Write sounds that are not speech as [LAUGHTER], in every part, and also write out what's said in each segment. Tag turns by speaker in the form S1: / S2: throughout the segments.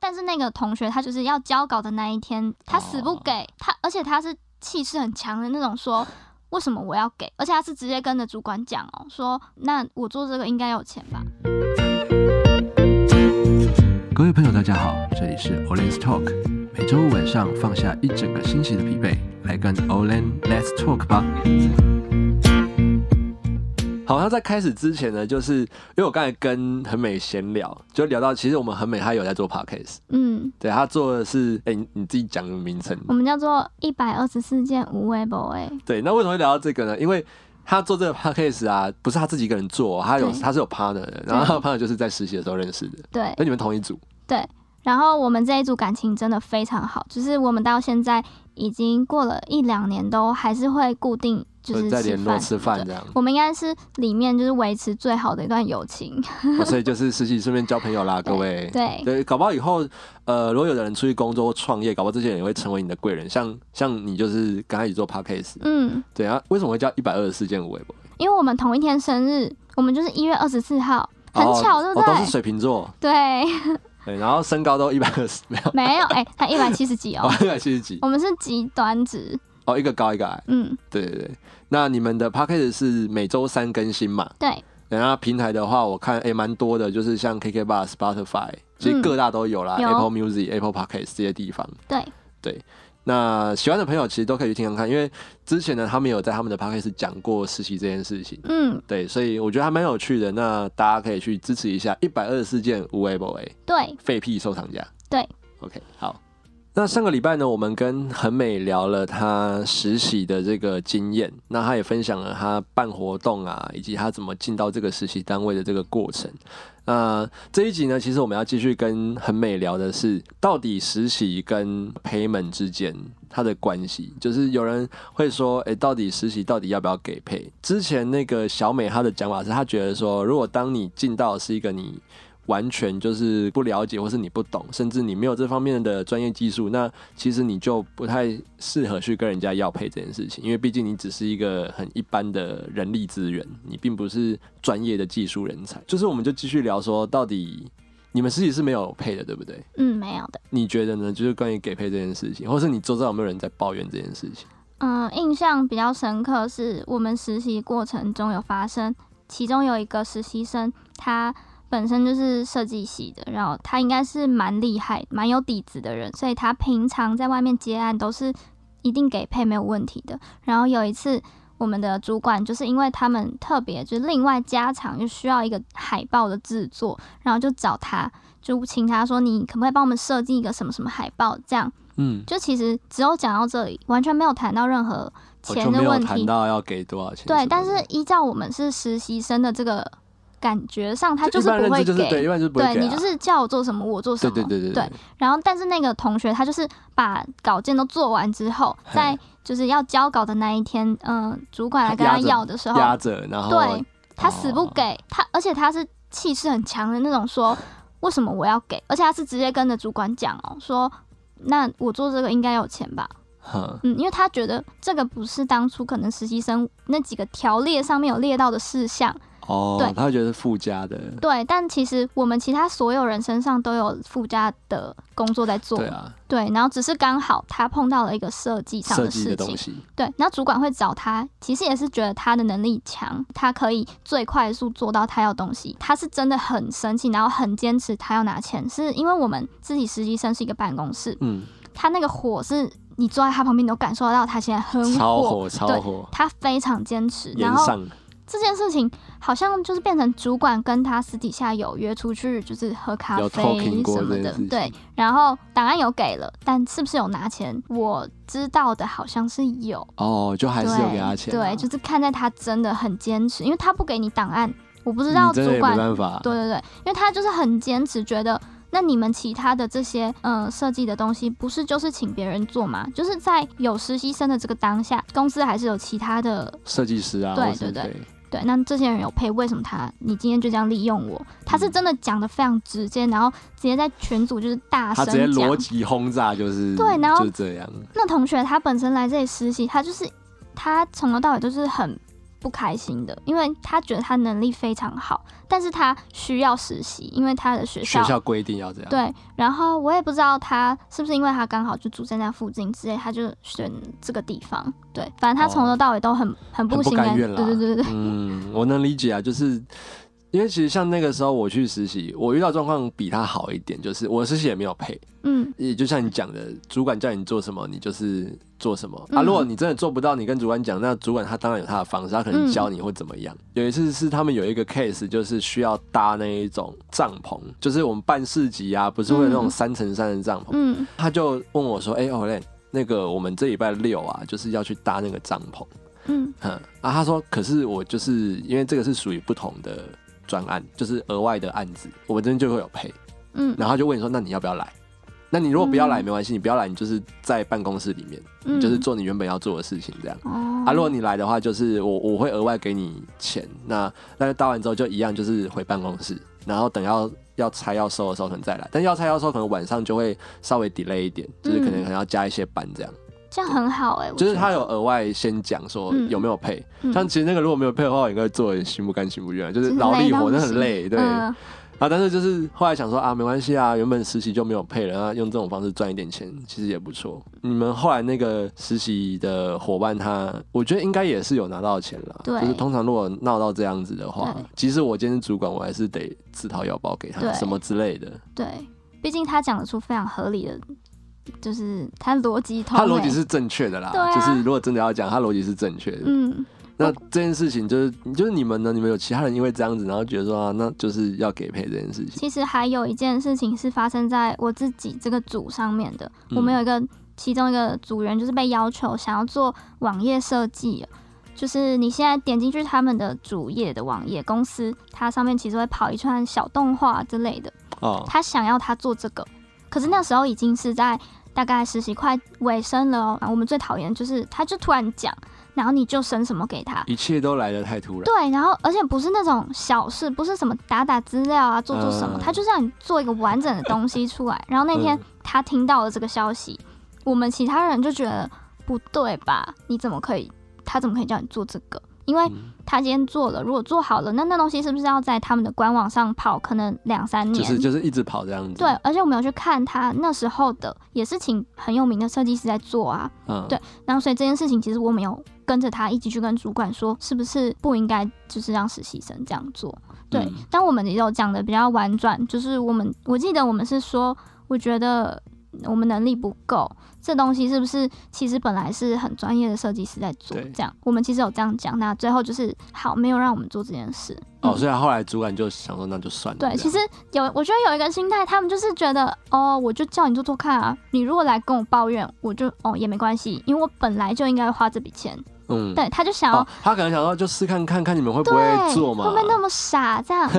S1: 但是那个同学他就是要交稿的那一天，他死不给、
S2: 哦
S1: 他，而且他是气势很强的那种
S2: [LAUGHS]
S1: 说。为什么我要给？而且他是直接跟着主管讲哦，说那我做这个应该有钱吧？
S2: 各位朋友，大家好，这里是 Olen's Talk，每周五晚上放下一整个星期的疲惫，来跟 Olen Let's Talk 吧。好，那在开始之前呢，就是因为我刚才跟恒美闲聊，就聊到其实我们恒美她有在做 podcast，
S1: 嗯，
S2: 对她做的是，哎、你你自己讲个名称，
S1: 我们叫做一百二十四件无为不为，
S2: 对，那为什么会聊到这个呢？因为他做这个 podcast 啊，不是他自己一个人做，他有
S1: 对
S2: 他是有 partner 的，然后他的 partner 就是在实习的时候认识的，
S1: 对
S2: 所以你们同一组，
S1: 对。然后我们这一组感情真的非常好，就是我们到现在已经过了一两年，都还是会固定就
S2: 所以
S1: 是
S2: 在联络吃饭
S1: 对
S2: 这样，
S1: 我们应该是里面就是维持最好的一段友情， [LAUGHS]
S2: 哦所以就是实习顺便交朋友啦，各位。
S1: 对
S2: 对，搞不好以后，呃，如果有的人出去工作或创业，搞不好这些人也会成为你的贵人。像像你就是刚开始做 podcast，
S1: 嗯，
S2: 对啊，为什么会叫一百二十四件五微博？
S1: 因为我们同一天生日，我们就是一月二十四号，很
S2: 哦
S1: 巧，对不
S2: 哦，
S1: 对？
S2: 都是水瓶座，
S1: 对，
S2: 对，然后身高都一百二十，没有，
S1: 没有，哎、
S2: [LAUGHS]
S1: 才一百七十几哦
S2: 哦，， [LAUGHS] 一百七十几，
S1: 我们是极端值，
S2: 哦，一个高一个矮，
S1: 嗯，
S2: 对对对。那你们的 podcast 是每周三更新嘛？
S1: 对，
S2: 然后平台的话，我看也蛮、多的，就是像 KK Bus、Spotify，其实各大都有啦、
S1: 嗯有
S2: a p p l e Music、Apple Podcast 这些地方。
S1: 对，
S2: 那喜欢的朋友其实都可以去听看看，因为之前呢，他们有在他们的 podcast 讲过实习这件事情，
S1: 嗯，
S2: 对，所以我觉得还蛮有趣的。那大家可以去支持一下一百二十四件无为不为
S1: 对，
S2: 废屁收藏家。
S1: 对
S2: ，OK，好。那上个礼拜呢，我们跟恒美聊了她实习的这个经验，那她也分享了她办活动啊，以及她怎么进到这个实习单位的这个过程。那这一集呢，其实我们要继续跟恒美聊的是，到底实习跟 payment 之间它的关系，就是有人会说，诶，到底实习到底要不要给配？之前那个小美她的讲法是，她觉得说，如果当你进到是一个你完全就是不了解，或是你不懂，甚至你没有这方面的专业技术，那其实你就不太适合去跟人家要配这件事情，因为毕竟你只是一个很一般的人力资源，你并不是专业的技术人才。就是我们就继续聊说，到底你们实习是没有配的，对不对？
S1: 嗯，没有的，
S2: 你觉得呢？就是关于给配这件事情，或是你周遭有没有人在抱怨这件事情？
S1: 嗯，印象比较深刻是我们实习过程中有发生，其中有一个实习生，他本身就是设计系的，然后他应该是蛮厉害、蛮有底子的人，所以他平常在外面接案都是一定给配没有问题的。然后有一次，我们的主管就是因为他们特别就是另外加长，就需要一个海报的制作，然后就找他，就请他说你可不可以帮我们设计一个什么什么海报这样。
S2: 嗯，
S1: 就其实只有讲到这里，完全没有谈到任何
S2: 我
S1: 钱
S2: 哦就
S1: 的
S2: 没有
S1: 问
S2: 谈
S1: 题。
S2: 到要给多少钱什么
S1: 对，
S2: 的。
S1: 但是依照我们是实习生的这个感觉上，他
S2: 就
S1: 就是
S2: 一般
S1: 不
S2: 认
S1: 会
S2: 知
S1: 给。
S2: 就是对，一般就是不会
S1: 对
S2: 给、啊。
S1: 你就是叫我做什么，我做什
S2: 对
S1: 么。
S2: 对对对对，
S1: 然后，但是那个同学他就是把稿件都做完之后，
S2: 嘿
S1: 在就是要交稿的那一天，嗯、主管来跟
S2: 压
S1: 他
S2: 着
S1: 要的时候，
S2: 压着，然后
S1: 对他
S2: 哦
S1: 死不给、他，而且他是气势很强的那种说，为什么我要给？而且他是直接跟着主管讲哦，说那我做这个应该有钱吧？
S2: 哼
S1: 嗯，因为他觉得这个不是当初可能实习生那几个条列上面有列到的事项，
S2: 哦
S1: 对，
S2: 他会觉得是附加的，
S1: 对。但其实我们其他所有人身上都有附加的工作在做，
S2: 对啊，
S1: 对然后只是刚好他碰到了一个设计上
S2: 设计
S1: 事
S2: 的东
S1: 情，
S2: 西，
S1: 对。然后主管会找他，其实也是觉得他的能力强，他可以最快速做到他要的东西。他是真的很生气，然后很坚持他要拿钱，是因为我们自己实习生是一个办公室，
S2: 嗯，
S1: 他那个火是你坐在他旁边，你都感受得到他现在很
S2: 超火超火，
S1: 他非常坚持，嗯然
S2: 延
S1: 后
S2: 上
S1: 这件事情好像就是变成主管跟他私底下有约出去，就是喝咖
S2: 有
S1: 啡
S2: talking 过
S1: 什
S2: 这
S1: 么
S2: 件
S1: 的
S2: 事，情，
S1: 对。然后档案有给了，但是不是有拿钱？我知道的好像是有，
S2: 哦，就还是有给他钱啊，
S1: 对，就是看在他真的很坚持，因为他不给你档案，我不知道
S2: 你真
S1: 主
S2: 的也没
S1: 管
S2: 办法，
S1: 对对对，因为他就是很坚持，觉得那你们其他的这些呃设计的东西，不是就是请别人做嘛？就是在有实习生的这个当下，公司还是有其他的
S2: 设计师啊，
S1: 对
S2: 或是
S1: 对对，对。那这些人有配，为什么他你今天就这样利用我？他是
S2: 嗯
S1: 真的讲的非常直接，然后直接在群组就是大
S2: 他直接
S1: 声讲
S2: 逻。辑轰炸，就是
S1: 啊对然后
S2: 就是这样，
S1: 那同学他本身来这里实习，他就是他从头到尾都是很不开心的，因为他觉得他能力非常好，但是他需要实习，因为他的学校
S2: 学校规定要这样。
S1: 对，然后我也不知道他是不是因为他刚好就住在那附近之类，他就选这个地方。对，反正他从头到尾都很、很
S2: 哦很
S1: 不
S2: 不
S1: 行
S2: 甘
S1: 欸
S2: 愿啦
S1: 对对对对对，
S2: 嗯，我能理解啊，就是因为其实像那个时候我去实习，我遇到状况比他好一点，就是我实习也没有配，
S1: 嗯
S2: 也就像你讲的，主管叫你做什么，你就是做什么啊。
S1: 嗯
S2: 如果你真的做不到，你跟主管讲，那主管他当然有他的方式，他
S1: 嗯
S2: 可能教你或怎么样。有一次是他们有一个 case，就是需要搭那一种帐篷，就是我们办市集啊，不是会有那种
S1: 嗯
S2: 三乘三的帐篷，
S1: 嗯
S2: 他就问我说：“哎、o l e n 那个我们这礼拜六啊，就是要去搭那个帐篷。”
S1: 嗯
S2: 嗯，啊，他说，可是我就是因为这个是属于不同的专案，就是额外的案子，我们这边就会有配。
S1: 嗯
S2: 然后他就问你说，那你要不要来？那你如果不要来
S1: 嗯
S2: 没关系，你不要来，你就是在办公室里面，
S1: 嗯，
S2: 你就是做你原本要做的事情这样。
S1: 哦
S2: 啊，如果你来的话，就是我我会额外给你钱，那但是搭完之后就一样，就是回办公室，然后等要要拆要收的时候可能再来，但要拆要收可能晚上就会稍微 delay 一点，就是可能
S1: 嗯
S2: 可能要加一些班这样。
S1: 这样很好哎、我
S2: 就是
S1: 觉
S2: 他
S1: 得
S2: 有额外先讲说
S1: 嗯
S2: 有没有配，
S1: 嗯
S2: 像其实那个如果没有配的话，我应该做得心不甘情不愿，啊就是
S1: 就是
S2: 劳力
S1: 到
S2: 活，那
S1: 不
S2: 很
S1: 行
S2: 累，对。啊，
S1: 嗯
S2: 但是就是后来想说啊，没关系啊，原本实习就没有配了，那用这种方式赚一点钱，其实也不错。你们后来那个实习的伙伴他，我觉得应该也是有拿到钱了，
S1: 对
S2: 就是通常如果闹到这样子的话
S1: 对，
S2: 即使我今天是主管，我还是得自掏腰包给他
S1: 对
S2: 什么之类的。
S1: 对，毕竟他讲得出非常合理的，就是他逻辑通、
S2: 他逻辑
S1: 欸
S2: 是正确的啦，
S1: 对啊
S2: 就是如果真的要讲，他逻辑是正确的。
S1: 嗯
S2: 那这件事情就是，就是你们呢？你们有其他人因为这样子，然后觉得说啊，那就是要给赔这件事情。
S1: 其实还有一件事情是发生在我自己这个组上面的，
S2: 嗯
S1: 我们有一个其中一个组员就是被要求想要做网页设计，就是你现在点进去他们的主页的网页公司，它上面其实会跑一串小动画之类的，
S2: 哦，
S1: 他想要他做这个，可是那时候已经是在大概实习快尾声了哦。我们最讨厌就是他就突然讲，然后你就生什么给他，
S2: 一切都来得太突然。
S1: 对，啊然后而且不是那种小事，不是什么打打资料啊，做做什么，
S2: 嗯
S1: 他就是让你做一个完整的东西出来。然后那天
S2: 嗯
S1: 他听到了这个消息，我们其他人就觉得不对吧？你怎么可以？他怎么可以叫你做这个？因为
S2: 嗯
S1: 他今天做了，如果做好了，那那东西是不是要在他们的官网上跑，可能两三年？
S2: 就是就是一直跑这样子。
S1: 嗯对，，而且我们有去看他那时候的，也是请很有名的设计师在做啊。
S2: 嗯，
S1: 对然后所以这件事情其实我没有跟着他一起去跟主管说，是不是不应该就是让实习生这样做？对，
S2: 嗯
S1: 但我们也有讲的比较婉转，就是我们我记得我们是说，我觉得我们能力不够，这东西是不是其实本来是很专业的设计师在做
S2: 对，
S1: 这样我们其实有这样讲，那最后就是好没有让我们做这件事。
S2: 哦，
S1: 嗯
S2: 所以后来主管就想说，那就算了。
S1: 对，其
S2: 实
S1: 实有，我觉得有一个心态，他们就是觉得，哦，我就叫你做做看啊，你如果来跟我抱怨，我就哦也没关系，因为我本来就应该花这笔钱。
S2: 嗯，
S1: 对，他就想要、
S2: 哦，他可能想说就试看看看你们会不
S1: 对
S2: 会做嘛
S1: 会不。会那么傻这
S2: [LAUGHS]
S1: 样？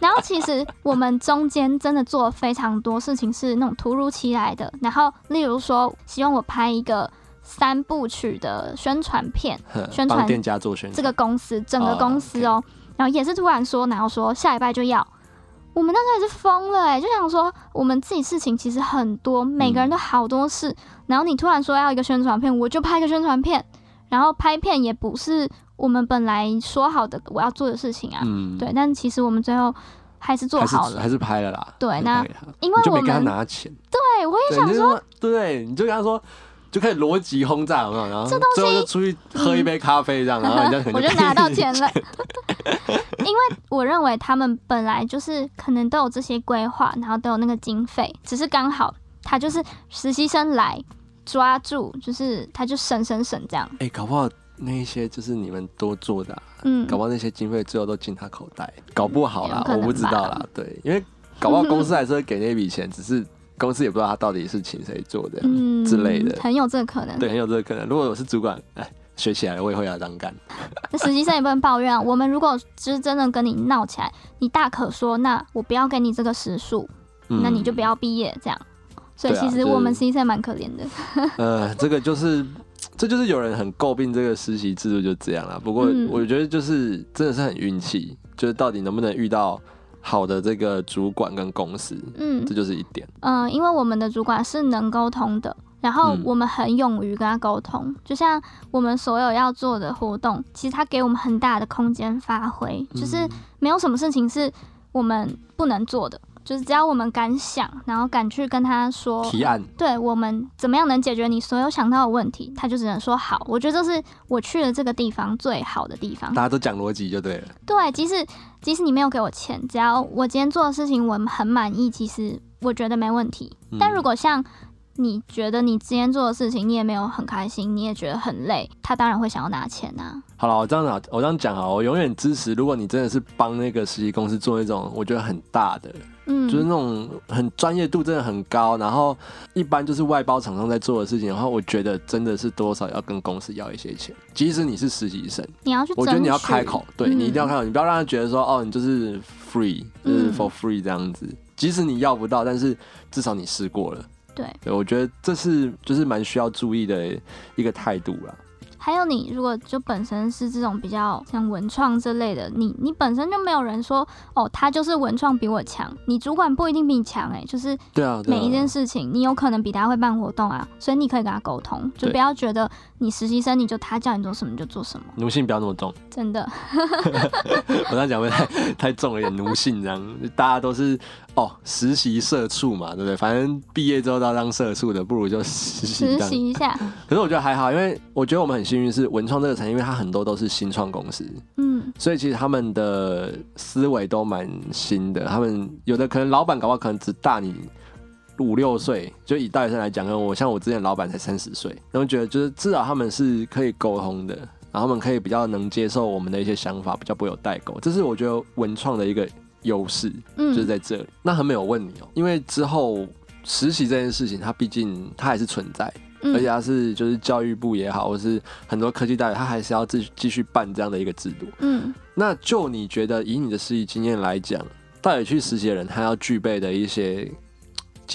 S1: 然后其实我们中间真的做了非常多事情是那种突如其来的，然后例如说希望我拍一个三部曲的宣传片，
S2: 哼
S1: 宣
S2: 帮
S1: 传
S2: 店家做宣传，
S1: 这个公司，整个
S2: 嗯哦
S1: 公司哦。然后也是突然说，然后说下礼拜就要。我们那时候也是疯了哎、就想说我们自己事情其实很多，每个人
S2: 嗯
S1: 都好多事。然后你突然说要一个宣传片，我就拍个宣传片，然后拍片也不是我们本来说好的我要做的事情啊。
S2: 嗯，
S1: 对，但其实我们最后还是做
S2: 还是
S1: 好
S2: 还
S1: 了，
S2: 是拍了啦。
S1: 对
S2: 还是
S1: 那
S2: 拍给他
S1: 因
S2: 你
S1: 为
S2: 就
S1: 我
S2: 没跟他
S1: 们
S2: 拿钱，
S1: 对我也
S2: 对，你
S1: 想
S2: 就
S1: 说，
S2: 说对，你就跟他说。就开始逻辑轰炸，有没有？然后
S1: 这东西嗯
S2: 最后就出去喝一杯咖啡这
S1: [LAUGHS]
S2: 样，然后人家可能
S1: 我就
S2: 给
S1: 拿
S2: 你
S1: 到钱
S2: [LAUGHS]
S1: 了，因为我认为他们本来就是可能都有这些规划，然后都有那个经费，只是刚好他就是实习生来抓住，就是他就省省省这样，
S2: 哎、搞不好那一些就是你们多做的啊、
S1: 嗯，
S2: 搞不好那些经费最后都进他口袋，搞不好啦
S1: 有，可
S2: 我
S1: 能
S2: 不知道啦，对，因为搞不好公司还是会给那笔钱，只是公司也不知道他到底是请谁做的、
S1: 嗯
S2: 之类的，
S1: 很有这个可能。
S2: 对，很有这个可能。如果我是主管，哎，学起来了，我也会要这样干。
S1: 那实习生也不能抱怨啊。我们如果就是真的跟你闹起来，你大可说，那我不要给你这个时数，
S2: 嗯
S1: 那你就不。要毕业这样。所以
S2: 对啊
S1: 其实
S2: 就是
S1: 我们实习生蛮可怜的，
S2: [LAUGHS] 呃，这个就是，这就是有人很诟病这个实习制度就这样啦。不过
S1: 嗯
S2: 我觉得就是真的是很运气，就是到底能不能遇到好的这个主管跟公司，
S1: 嗯
S2: 这就是一点。
S1: 嗯、因为我们的主管是能沟通的，然后
S2: 嗯
S1: 我们很勇于跟他沟通，就像我们所有要做的活动，其实他给我们很大的空间发挥，就是
S2: 嗯
S1: 没有什么事情是我们不能做的，就是只要我们敢想，然后敢去跟他说，
S2: 提案，
S1: 对我们怎么样能解决你所有想到的问题，他就只能说好。我觉得这是我去了这个地方最好的地方
S2: 大。家都讲逻辑就对了。
S1: 对，即使即使你没有给我钱，只要我今天做的事情我很满意，其实我觉得没问题。
S2: 嗯
S1: 但如果像你觉得你今天做的事情你也没有很开心，你也觉得很累，他当然会想要拿钱啊。
S2: 好了，我这样讲，我这样讲啊，我永远支持。如果你真的是帮那个实习公司做那种我觉得很大的，
S1: 嗯，
S2: 就是那种很专业度真的很高，然后一般就是外包厂商在做的事情的话，我觉得真的是多少要跟公司要一些钱，即使你是实习生，
S1: 你要去，
S2: 我觉得你要开口，对
S1: 嗯
S2: 你一定要开口，你不要让他觉得说哦，你就是 free，就是 for
S1: 嗯
S2: free 这样子。即使你要不到，但是至少你试过了。
S1: 对，
S2: 对我觉得这是就是蛮需要注意的一个态度啦。
S1: 还有你如果就本身是这种比较像文创这类的，你你本身就没有人说哦，他就是文创比我强，你主管不一定比你强哎、就是
S2: 对啊，对啊
S1: 每一件事情你有可能比他会办活动啊，所以你可以跟他沟通，就
S2: 对
S1: 不要觉得你实习生你就他叫你做什么你就做什么，
S2: 奴性不要那么重，
S1: 真的，
S2: 我这样讲会
S1: [LAUGHS]
S2: 太太重了一点，奴性这样，大家都是哦实习社畜嘛，对不对？反正毕业之后都要当社畜的，不如就实习
S1: 实
S2: 当。
S1: 习一下，
S2: 可是我觉得还好，因为我觉得我们很幸运是文创这个产业，因为它很多都是新创公司，
S1: 嗯，
S2: 所以其实他们的思维都蛮新的。他们有的可能老板搞不好可能只大你五六岁，就以大学生来讲，跟我像我之前老板才三十岁，然后觉得就是至少他们是可以沟通的，然后他们可以比较能接受我们的一些想法，比较不会有代沟。这是我觉得文创的一个优势。
S1: 嗯，
S2: 就是在这里。那很没有问你哦、因为之后实习这件事情，它毕竟它还是存在，
S1: 嗯
S2: 而且它是就是教育部也好，或是很多科技大学，它还是要继续继续办这样的一个制度。
S1: 嗯，
S2: 那就你觉得以你的实习经验来讲，到底去实习的人他要具备的一些嘖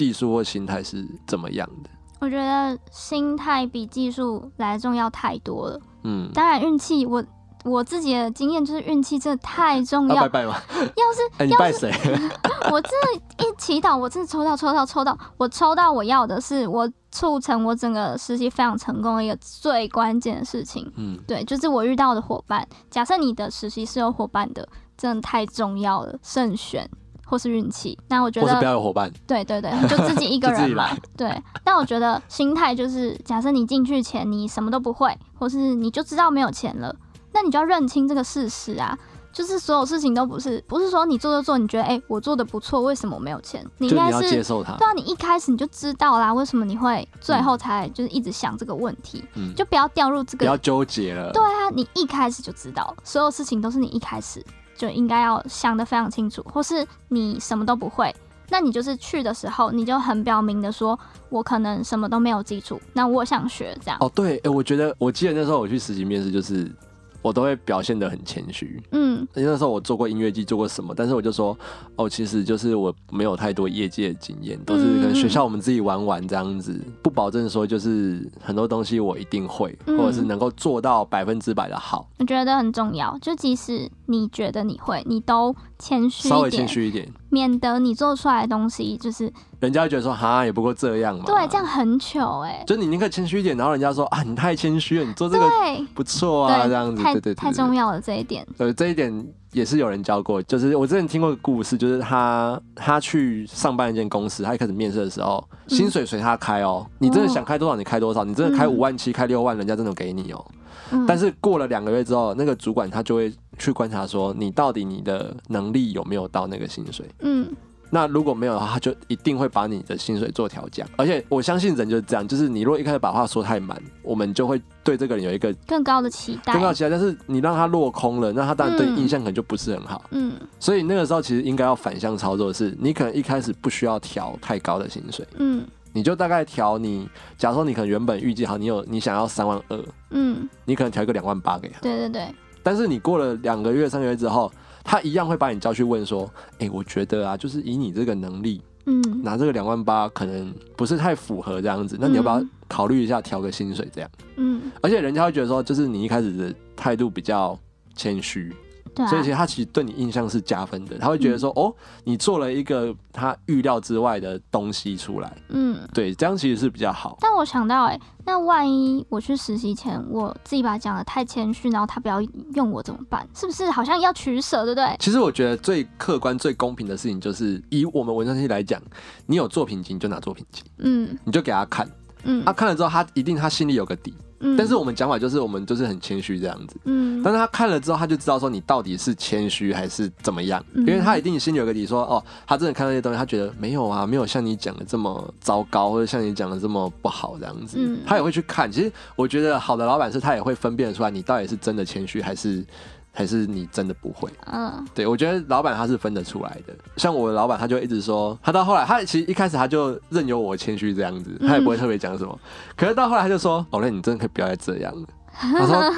S2: 技术或心态是怎么样的？
S1: 我觉得心态比技术来得重要太多了，
S2: 嗯，
S1: 当然运气我。我自己的经验就是运气真的太重
S2: 要
S1: 要
S2: 啊拜，拜吗？
S1: 要是
S2: [LAUGHS] 哎、你拜谁？
S1: [LAUGHS] 我真的一祈祷，我真的抽到抽到抽到，我抽到我要的是我促成我整个实习非常成功的一个最关键的事情。
S2: 嗯，
S1: 对，就是我遇到的伙伴。假设你的实习是有伙伴的，真的太重要了，慎选或是运气。那我觉
S2: 或是不
S1: 得，
S2: 要有伙伴。
S1: 对对 [LAUGHS] 对，就自己一个
S2: [LAUGHS] 就自己
S1: 人嘛
S2: 来。
S1: 对，但我觉得心态就是，假设你进去前你什么都不会，或是你就知道没有钱了，那你就要认清这个事实啊。就是所有事情都不是，不是说你做就做，你觉得哎、诶我做的不错，为什么我没有钱？你
S2: 就
S1: 应
S2: 是
S1: 该
S2: 你要接
S1: 是
S2: 受嗯它
S1: 对，啊，你一开始你就知道啦，为什么你会最后才就是一直想这个问题，
S2: 嗯，
S1: 就不要掉入这
S2: 不
S1: 个
S2: 要纠结了。
S1: 对啊，你一开始就知道，所有事情都是你一开始就应该要想得非常清楚，或是你什么都不会，那你就是去的时候你就很表明的说，我可能什么都没有基础，那我想学这样。
S2: 哦，对，哎、我觉得我记得那时候我去实习面试，就是我都会表现得很谦虚，
S1: 嗯
S2: 因为那时候我做过音乐季，做过什么，但是我就说，哦，其实就是我没有太多业界的经验，都是可
S1: 嗯
S2: 能学校我们自己玩玩这样子，不保证说就是很多东西我一定会，或者是
S1: 嗯
S2: 能够做到百分之百的好，
S1: 我觉得很重要，就即使你觉得你会，你都谦虚
S2: 稍
S1: 一
S2: 微谦
S1: 点，
S2: 虚一点，
S1: 免得你做出来的东西就是
S2: 人家会觉得说，哈，也不过这样嘛，
S1: 对，这样很糗哎、
S2: 就你宁可谦虚一点，然后人家说啊，你太谦虚了，你做这个
S1: 对
S2: 不错啊，这样
S1: 对，
S2: 子，
S1: 太
S2: 对对对
S1: 太
S2: 对
S1: 重要了这一点。
S2: 呃，这一点也是有人教过，就是我之前听过一个故事，就是他他去上班一间公司，他一开始面试的时候，
S1: 嗯
S2: 薪水随他开哦，你真的想开多少你开多少，你真的开五万七、开六万，人家真的给你哦。
S1: 嗯，
S2: 但是过了两个月之后，那个主管他就会去观察说，你到底你的能力有没有到那个薪水。
S1: 嗯
S2: 那如果没有的话，他就一定会把你的薪水做调降，而且我相信人就是这样，就是你如果一开始把话说太满，我们就会对这个人有一个
S1: 更高的期待
S2: 更，高期待，但是你让他落空了，那他当然对你印象可能就不是很好。
S1: 嗯
S2: 所以那个时候其实应该要反向操作的是，你可能一开始不需要调太高的薪水，
S1: 嗯
S2: 你就大概调你，假如说你可能原本预计好你有你想要三万二，
S1: 嗯，
S2: 你可能调一个两万八给他，
S1: 对对对，
S2: 但是你过了两个月、三个月之后，他一样会把你叫去问说，诶，我觉得啊，就是以你这个能力
S1: 嗯，
S2: 拿这个两万八可能不是太符合这样子，那你要不要
S1: 嗯
S2: 考虑一下调个薪水这样？
S1: 嗯，
S2: 而且人家会觉得说，就是你一开始的态度比较谦虚，
S1: 对啊嗯
S2: 所以其实他其实对你印象是加分的，他会觉得说，哦，你做了一个他预料之外的东西出来，
S1: 嗯。
S2: 对，这样其实是比较好。
S1: 但我想到、欸，哎，那万一我去实习前，我自己把它讲的太谦虚，然后他不要用我怎么办？是不是好像要取舍，对不对？
S2: 其实我觉得最客观、最公平的事情就是，以我们文章系来讲，你有作品集你就拿作品集，
S1: 嗯
S2: 你就给他看，
S1: 嗯
S2: 他看了之后，他一定他心里有个底。
S1: 嗯。
S2: 啊但是我们讲法就是，我们就是很谦虚这样子。
S1: 嗯
S2: 但是他看了之后，他就知道说你到底是谦虚还是怎么样，
S1: 嗯
S2: 因为他一定心里有个底说，哦，他真的看到那些东西，他觉得没有啊，没有像你讲的这么糟糕，或者像你讲的这么不好这样子，
S1: 嗯
S2: 他也会去看。其实我觉得好的老板是他也会分辨出来你到底是真的谦虚还是。还是你真的不会？
S1: 嗯
S2: 对我觉得老板他是分得出来的。像我的老板，他就一直说，他到后来，他其实一开始他就任由我谦虚这样子，他也
S1: 嗯
S2: 不会特别讲什么。可是到后来他就说：“哦，那你真的可以不要再这样了。”他说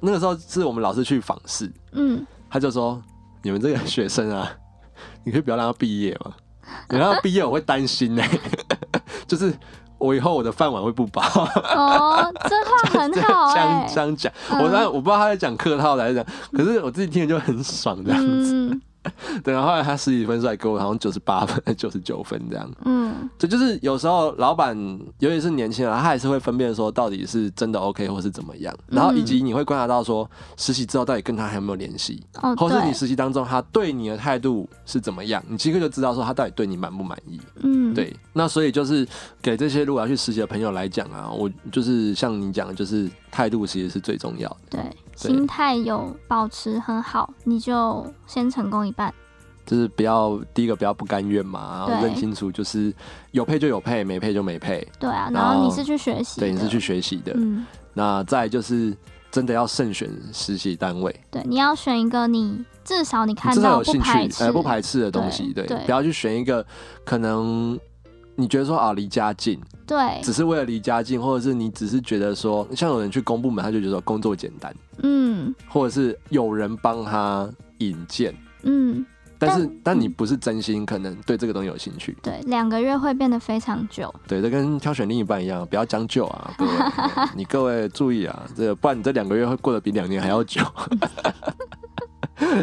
S2: 那个时候是我们老师去访视，
S1: 嗯
S2: 他就说：“你们这个学生啊，你可以不要让他毕业吗？你让他毕业我会担心呢、 [LAUGHS] 就是我以后我的饭碗会不保。”
S1: 哦，这
S2: [LAUGHS]
S1: 话很好
S2: 这
S1: 哎、
S2: 样这样讲，
S1: 嗯
S2: 我当然我不知道他在讲客套的还是讲，可是我自己听着就很爽这样子。
S1: 嗯
S2: 对，然后后来他实习分数还给我好像九十八分、 [LAUGHS] 九十九分这样。
S1: 嗯
S2: 这就是有时候老板，尤其是年轻人，他还是会分辨说到底是真的 OK 或是怎么样，
S1: 嗯
S2: 然后以及你会观察到说实习之后到底跟他还有没有联系，
S1: 哦，
S2: 或是
S1: 对，
S2: 你实习当中他对你的态度是怎么样，你即刻就知道说他到底对你满不满意。
S1: 嗯，
S2: 对，那所以就是给这些如果要去实习的朋友来讲啊，我就是像你讲，的，就是态度其实是最重要的，
S1: 对，心态有保持很好，你就先成功一半。
S2: 就是不要第一个不要不甘愿嘛，然后
S1: 对
S2: 认清楚就是有配就有配，没配就没配，
S1: 对啊，
S2: 然
S1: 然
S2: 后
S1: 后你是去学习的，
S2: 对，你是去学习的。
S1: 嗯，
S2: 那再来就是真的要慎选实习单位，
S1: 对，你要选一个你至少你看
S2: 至少
S1: 到
S2: 有
S1: 不
S2: 兴
S1: 排
S2: 趣
S1: 斥，
S2: 呃不排斥的东西，对
S1: 对，对
S2: 不要去选一个可能你觉得说啊离家近，
S1: 对，
S2: 只是为了离家近，或者是你只是觉得说，像有人去公部门，他就觉得说工作简单，
S1: 嗯
S2: 或者是有人帮他引荐，
S1: 嗯，
S2: 但是
S1: 但嗯
S2: 但你不是真心可能对这个东西有兴趣，
S1: 对，两个月会变得非常久。
S2: 对，这跟挑选另一半一样，不要将就啊，各位，对你各位注意啊，这个不然你这两个月会过得比两年还要久。 [LAUGHS]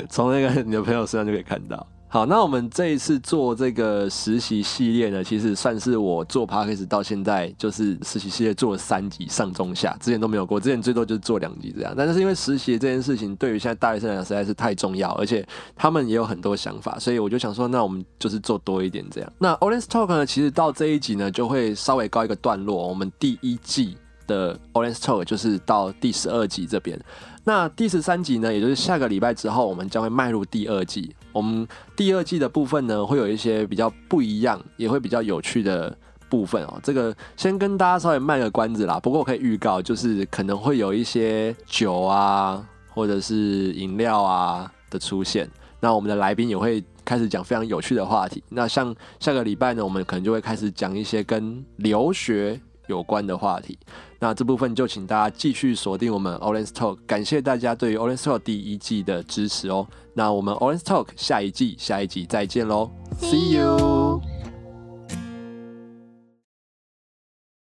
S2: 从那个你的朋友身上就可以看到。好，那我们这一次做这个实习系列呢，其实算是我做 p a c k a g e 到现在，就是实习系列做了三集，上中下，之前都没有过，之前最多就是做两集这样。但是因为实习这件事情对于现在大学生来讲实在是太重要，而且他们也有很多想法，所以我就想说，那我们就是做多一点这样。那 Orange Talk 呢，其实到这一集呢，就会稍微告一个段落。我们第一季的 Orange Talk 就是到第十二集这边。那第十三集呢，也就是下个礼拜之后，我们将会迈入第二季。我们第二季的部分呢，会有一些比较不一样，也会比较有趣的部分哦。这个先跟大家稍微卖个关子啦，不过我可以预告，就是可能会有一些酒啊，或者是饮料啊的出现。那我们的来宾也会开始讲非常有趣的话题。那像下个礼拜呢，我们可能就会开始讲一些跟留学有关的话题。那这部分就请大家继续锁定我们 Orange Talk，感谢大家对于 Orange Talk 第一季的支持哦。那我们 Orange Talk 下一季下一集再见喽
S1: See you